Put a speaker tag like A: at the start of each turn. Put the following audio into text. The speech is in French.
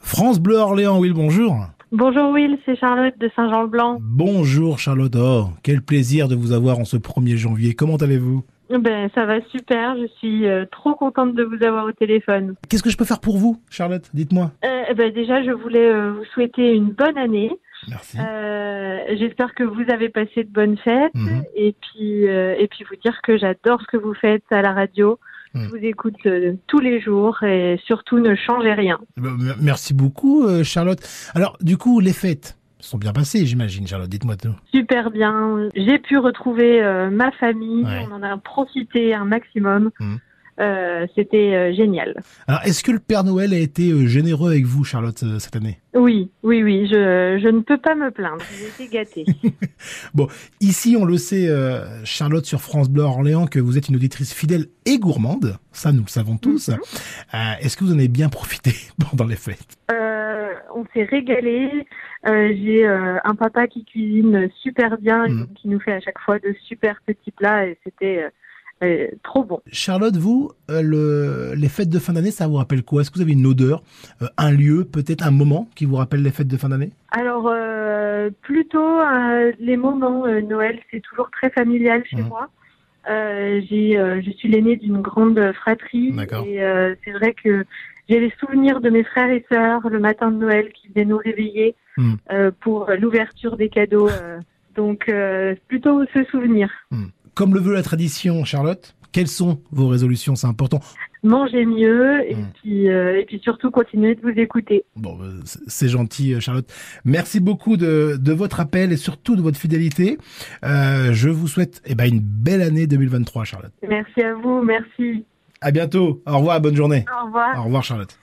A: France Bleu Orléans, Will, bonjour.
B: Bonjour Will, c'est Charlotte de Saint-Jean-Blanc.
A: Bonjour Charlotte. Oh, quel plaisir de vous avoir en ce 1er janvier. Comment allez-vous
B: Ben ça va super, je suis euh, trop contente de vous avoir au téléphone.
A: Qu'est-ce que je peux faire pour vous, Charlotte Dites-moi.
B: Euh, ben déjà, je voulais euh, vous souhaiter une bonne année.
A: Merci.
B: Euh, J'espère que vous avez passé de bonnes fêtes
A: Mhm.
B: et puis euh, et puis vous dire que j'adore ce que vous faites à la radio.
A: Mhm.
B: Je vous écoute euh, tous les jours et surtout ne changez rien.
A: Ben, m- Merci beaucoup, euh, Charlotte. Alors, du coup, les fêtes sont bien passées, j'imagine, Charlotte. Dites-moi tout.
B: Super bien. J'ai pu retrouver euh, ma famille.
A: Ouais.
B: On en a profité un maximum.
A: Mhm.
B: Euh, C'était euh, génial.
A: Alors, est-ce que le Père Noël a été euh, généreux avec vous, Charlotte, euh, cette année
B: Oui, oui, oui, je, je ne peux pas me plaindre. J'ai été gâtée.
A: Ici, on le sait, euh, Charlotte sur France Bleu Orléans, que vous êtes une auditrice fidèle et gourmande. Ça, nous le savons tous. Euh, Est-ce que vous en avez bien profité pendant les fêtes
B: Euh, on s'est régalé. Euh, J'ai euh, un papa qui cuisine super bien, et
A: Mhm.
B: donc qui nous fait à chaque fois de super petits plats et c'était euh, euh, trop bon.
A: Charlotte, vous, euh, le- les fêtes de fin d'année, ça vous rappelle quoi Est-ce que vous avez une odeur, euh, un lieu, peut-être un moment qui vous rappelle les fêtes de fin d'année
B: Alors euh, plutôt euh, les moments euh, Noël, c'est toujours très familial chez
A: Mhm.
B: moi. Euh, j'ai, euh, je suis l'aînée d'une grande fratrie
A: D'accord.
B: et euh, c'est vrai que j'ai les souvenirs de mes frères et sœurs le matin de Noël qui venaient nous réveiller
A: Mhm.
B: euh, pour l'ouverture des cadeaux. euh. donc euh, plutôt ce souvenir.
A: Comme le veut la tradition, Charlotte, quelles sont vos résolutions C'est important.
B: Mangez mieux et
A: Mhm.
B: puis euh, et puis surtout continuez de vous écouter.
A: Bon, euh, c'est- c'est gentil, euh, Charlotte. Merci beaucoup de, de votre appel et surtout de votre fidélité. Euh, je vous souhaite eh ben, une belle année 2023, Charlotte.
B: Merci à vous, merci.
A: À bientôt. Au revoir, bonne journée.
B: Au revoir.
A: Au revoir, Charlotte.